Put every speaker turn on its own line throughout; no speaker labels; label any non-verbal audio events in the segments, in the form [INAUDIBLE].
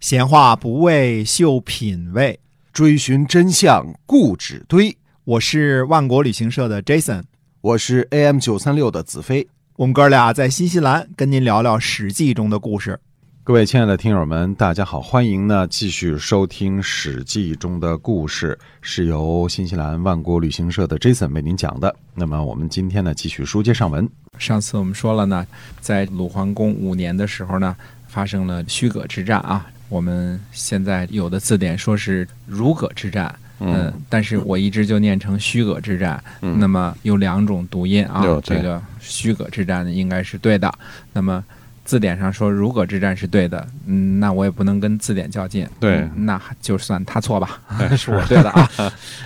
闲话不为秀品味，
追寻真相故纸堆。
我是万国旅行社的 Jason，
我是 AM 九三六的子飞。
我们哥俩在新西兰跟您聊聊《史记》中的故事。
各位亲爱的听友们，大家好，欢迎呢继续收听《史记》中的故事，是由新西兰万国旅行社的 Jason 为您讲的。那么我们今天呢继续书接上文。
上次我们说了呢，在鲁桓公五年的时候呢，发生了胥葛之战啊。我们现在有的字典说是如葛之战，
嗯
呃，但是我一直就念成虚葛之战。
嗯
那么有两种读音啊
有，对
这个虚葛之战应该是对的。那么字典上说如葛之战是对的，嗯，那我也不能跟字典较劲，
对哎
嗯那就算他错吧， [LAUGHS] 是我对的啊。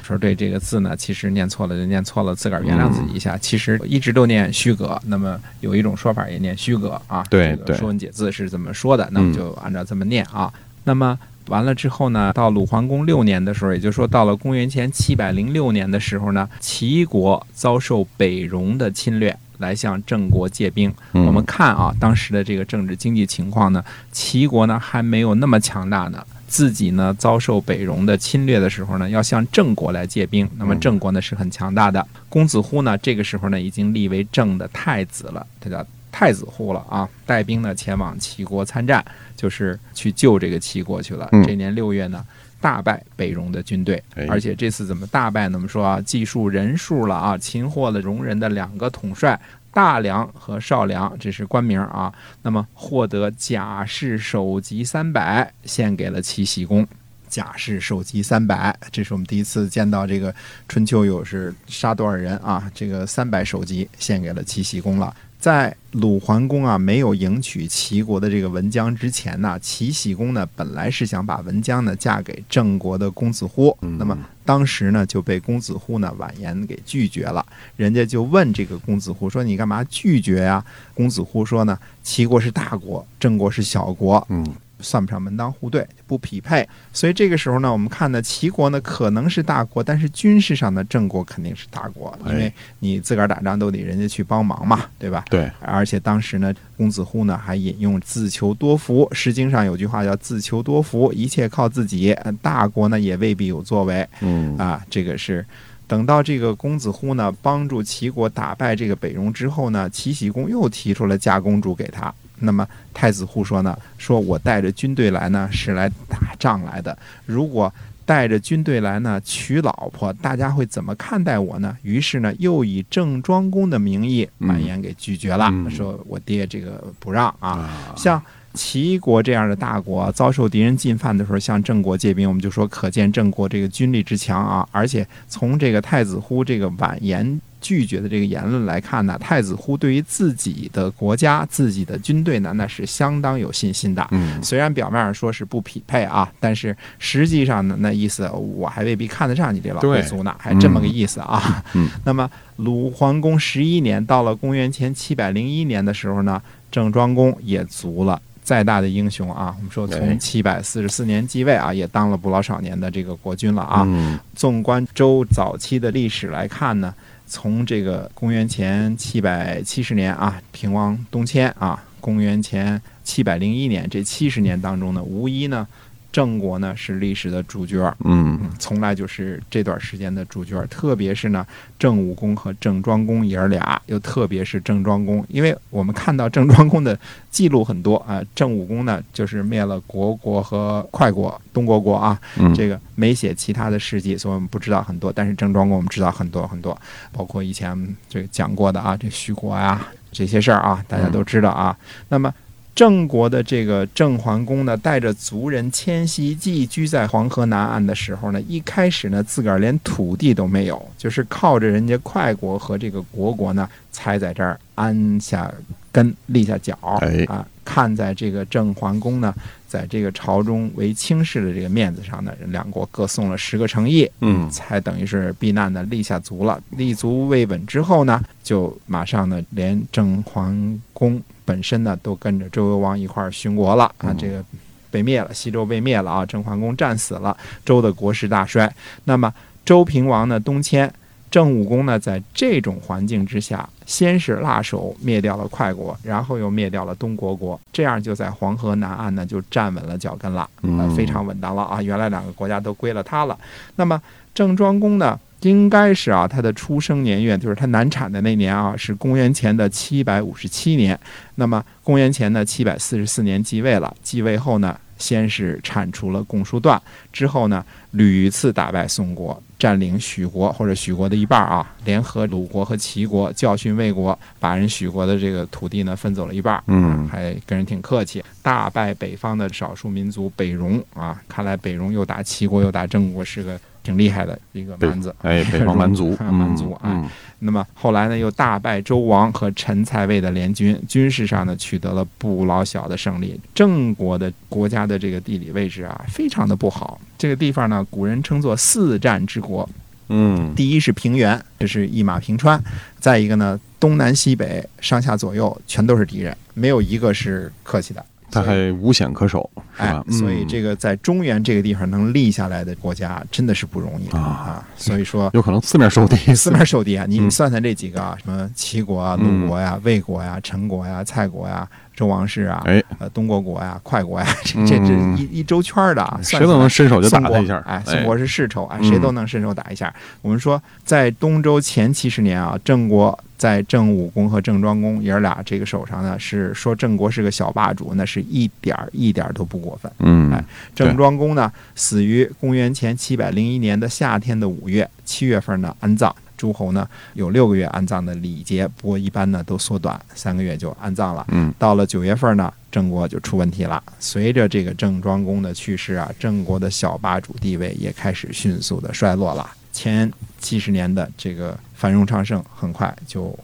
说对这个字呢，其实念错了就念错了，自个儿原谅自己一
嗯
下。其实一直都念虚葛，那么有一种说法也念虚葛啊，
对
这个
对
《说文解字》是怎么说的，那么
嗯
就按照这么念啊。那么完了之后呢，到鲁桓公六年的时候，也就是说到了公元前七百零六年的时候呢，齐国遭受北戎的侵略，来向郑国借兵。
嗯
我们看啊，当时的这个政治经济情况呢，齐国呢还没有那么强大呢。自己呢遭受北戎的侵略的时候呢，要向郑国来借兵。那么
嗯
郑国呢是很强大的。公子乎呢这个时候呢已经立为郑的太子了，他叫太子乎了啊。带兵呢前往齐国参战，就是去救这个齐国去了
嗯。
这年六月呢，大败北戎的军队
哎，
而且这次怎么大败呢？我们说啊，计数人数了啊，擒获了戎人的两个统帅大梁和少梁，这是官名啊。那么获得甲氏首级三百，献给了齐僖公。甲氏首级三百，这是我们第一次见到这个春秋有是杀多少人啊？这个三百首级献给了齐僖公了。在鲁桓公啊没有迎娶齐国的这个文姜之前呢，齐僖公呢本来是想把文姜呢嫁给郑国的公子乎，那么当时呢就被公子乎呢婉言给拒绝了。人家就问这个公子乎说：“你干嘛拒绝呀、公子乎说呢：“齐国是大国，郑国是小国，
嗯
算不上门当户对，不匹配。所以这个时候呢，我们看呢，齐国呢可能是大国，但是军事上呢，郑国肯定是大国，因为
哎嗯
你自个儿打仗都得人家去帮忙嘛，对吧？
对，
而且当时呢，公子乎呢还引用“自求多福”，《诗经》上有句话叫“自求多福”，一切靠自己，呃大国呢也未必有作为。
嗯
啊，这个是。等到这个公子乎呢帮助齐国打败这个北戎之后呢，齐僖公又提出了嫁公主给他。那么太子乎说呢，说我带着军队来呢是来打仗来的，如果带着军队来呢娶老婆，大家会怎么看待我呢？于是呢又以郑庄公的名义婉
嗯
言给拒绝了，
嗯
说我爹这个不让啊。像齐国这样的大国遭受敌人进犯的时候，向郑国借兵，我们就说可见郑国这个军力之强啊！而且从这个太子乎这个婉言拒绝的这个言论来看呢，太子乎对于自己的国家、自己的军队呢，那是相当有信心的。
嗯
虽然表面上说是不匹配啊，但是实际上呢，那意思我还未必看得上你这老贵族呢，还这么个意思啊。
嗯
那么鲁桓公十一年，到了公元前七百零一年的时候呢，郑庄公也卒了。再大的英雄啊，我们说
哎
从七百四十四年继位啊，也当了不老少年的这个国君了啊。
嗯
纵观周早期的历史来看呢，从这个公元前七百七十年啊，平王东迁啊，公元前七百零一年这七十年当中呢，无疑呢，郑国呢是历史的主角儿，
嗯
从来就是这段时间的主角嗯儿，特别是呢，郑武公和郑庄公爷儿俩，又特别是郑庄公，因为我们看到郑庄公的记录很多啊，郑武公呢就是灭了国国和快国、东国国啊，
嗯
这个没写其他的事迹，所以我们不知道很多。但是郑庄公我们知道很多很多，包括以前这个讲过的啊，这徐国啊这些事儿啊，大家都知道啊。那么郑国的这个郑桓公呢，带着族人迁徙寄居在黄河南岸的时候呢，一开始呢自个儿连土地都没有，就是靠着人家快国和这个国国呢，才在这儿安下根立下脚
哎
啊。看在这个郑桓公呢，在这个朝中为卿士的这个面子上呢，两国各送了十个诚意，
嗯
才等于是避难的立下足了。立足未稳之后呢，就马上呢，连郑桓公本身呢都跟着周幽王一块儿殉国了啊，
嗯
这个被灭了，西周被灭了啊，郑桓公战死了，周的国势大衰。那么周平王呢东迁，郑武公呢在这种环境之下，先是辣手灭掉了快国，然后又灭掉了东国国，这样就在黄河南岸呢就站稳了脚跟了，呃
嗯，
非常稳当了啊。原来两个国家都归了他了。那么郑庄公呢，应该是啊他的出生年月，就是他难产的那年啊，是公元前的七百五十七年。那么公元前的七百四十四年继位了，继位后呢，先是铲除了共叔段，之后呢，屡次打败宋国，占领许国或者许国的一半儿啊，联合鲁国和齐国教训魏国，把人许国的这个土地呢分走了一半儿，
嗯
还跟人挺客气，大败北方的少数民族北戎啊，看来北戎又打齐国又打郑国，是个挺厉害的一个蛮子。
哎，北方蛮族，嗯
蛮族哎
嗯
那么后来呢，又大败周王和陈蔡魏的联军，军事上呢取得了不老小的胜利。郑国的国家的这个地理位置啊，非常的不好。这个地方呢，古人称作四战之国。
嗯，
第一是平原，
这是一马平川；再一个呢，东南西北上下左右全都是敌人，没有一个是客气的。
他还无险可守，是
哎
吧？，
所以
嗯
这个在中原这个地方能立下来的国家，真的是不容易
啊
啊。所以说，
有可能四面受敌，
四面受敌啊！你
嗯
你算算这几个啊，什么齐国啊、
嗯
鲁国呀、魏国呀、陈国呀、蔡国呀、周王室啊、
哎，
呃东国国呀、快国呀，这这这
嗯
一一周圈儿的啊，
谁
算
都
起
能伸
来
手就打
宋
他
国
一下，
哎，宋国是世仇，哎，
嗯
谁都能伸手打一下。我们说，在东周前七十年啊，郑国在郑武公和郑庄公爷儿俩这个手上呢，是说郑国是个小霸主，那是一点儿一点儿都不过分。
嗯，
哎郑庄公呢，死于公元前七百零一年的夏天的五月，七月份呢安葬。诸侯呢有六个月安葬的礼节，不过一般呢都缩短三个月就安葬了。
嗯，
到了九月份呢，郑国就出问题了。随着这个郑庄公的去世啊，郑国的小霸主地位也开始迅速的衰落了。前七十年的这个繁荣昌盛，很快就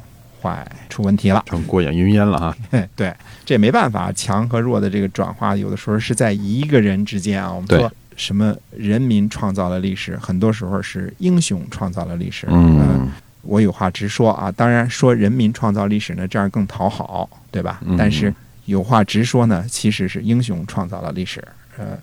坏出问题了。
成过眼云烟了
[LAUGHS]
啊，
嘿哎对，这也没办法，强和弱的这个转化，有的时候是在一个人之间啊。我们
对
说什么人民创造了历史，很多时候是英雄创造了历史。呃
嗯，
我有话直说啊，当然说人民创造历史呢，这样更讨好，对吧
嗯？
但是有话直说呢，其实是英雄创造了历史。呃，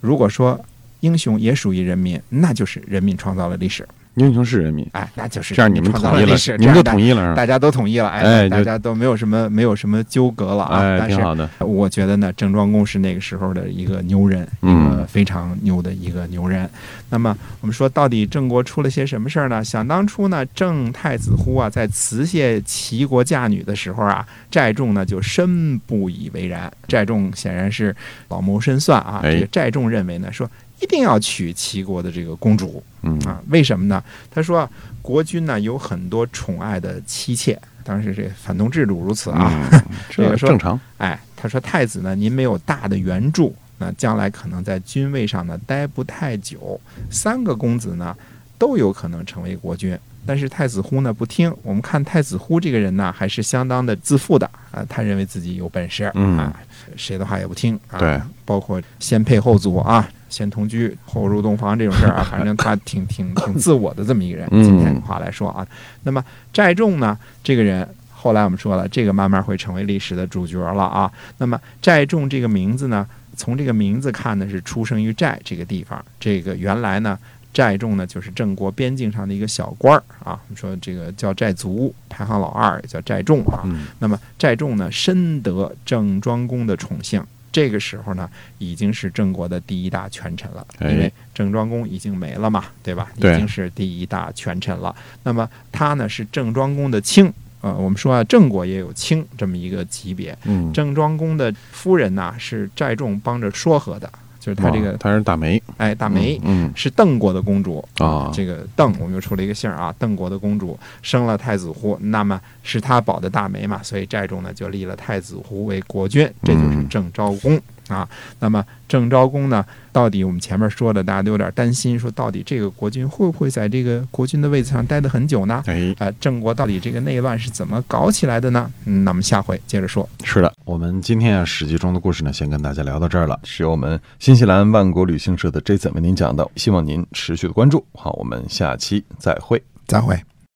如果说英雄也属于人民，那就是人民创造了历史。
英雄是人民，
哎，那就是
这样你们
人民
统
创
一
造了
了
历史，，
你们
这
就
样大
统一了是吧？
大家都统一了，
哎
哎，
就
大家都没有什么没有什么纠葛了啊。
哎，
但
挺
是
好的，
我觉得呢，郑庄公是那个时候的一个牛人，呃
嗯，
非常牛的一个牛人。那么我们说，到底郑国出了些什么事儿呢？想当初呢，郑太子忽啊，在辞谢齐国嫁女的时候啊，寨众呢就深不以为然。寨众显然是老谋深算啊，
哎
这个寨众认为呢，说一定要娶齐国的这个公主。
嗯，
啊，为什么呢？他说啊，国君呢有很多宠爱的妻妾，当时这反动制度如此啊。
嗯，[LAUGHS]
这
这
个说
正常，
哎，他说太子呢，您没有大的援助，那将来可能在君位上呢待不太久。三个公子呢都有可能成为国君，但是太子忽呢不听。我们看太子忽这个人呢，还是相当的自负的啊，他认为自己有本事，
嗯
啊，谁的话也不听啊。
对，
包括先配后族啊，先同居后入洞房这种事儿啊，反正他挺挺挺自我的这么一个人。
嗯
今天的话来说啊，那么寨众呢，这个人后来我们说了，这个慢慢会成为历史的主角了啊。那么寨众这个名字呢，从这个名字看呢，是出生于寨这个地方。这个原来呢，寨众呢就是郑国边境上的一个小官儿啊，我们说这个叫寨族，排行老二，也叫寨众啊。
嗯
那么寨众呢，深得郑庄公的宠幸。这个时候呢，已经是郑国的第一大权臣了，因
哎
为郑庄公已经没了嘛，对吧？已
对
经是第一大权臣了。那么他呢是郑庄公的卿，呃，我们说啊，郑国也有卿这么一个级别。
嗯，
郑庄公的夫人呐、是寨众帮着说和的，就是他这
哇
个
嗯哦他是大梅，
哎大梅、
嗯，
是邓国的公主
啊
这个邓我们又出了一个姓儿啊，邓国的公主生了太子忽，那么是他保的大梅嘛，所以寨中呢就立了太子忽为国君，这就是
嗯
郑昭公。啊，那么郑昭公呢？到底我们前面说的，大家都有点担心，说到底这个国君会不会在这个国君的位子上待得很久呢？
嗯哎，
啊、郑国到底这个内乱是怎么搞起来的呢？嗯，那么下回接着说。
是的，我们今天啊《史记》中的故事呢，先跟大家聊到这儿了，是由我们新西兰万国旅行社的 Jason 为您讲的，希望您持续的关注。好，我们下期再会。
再会。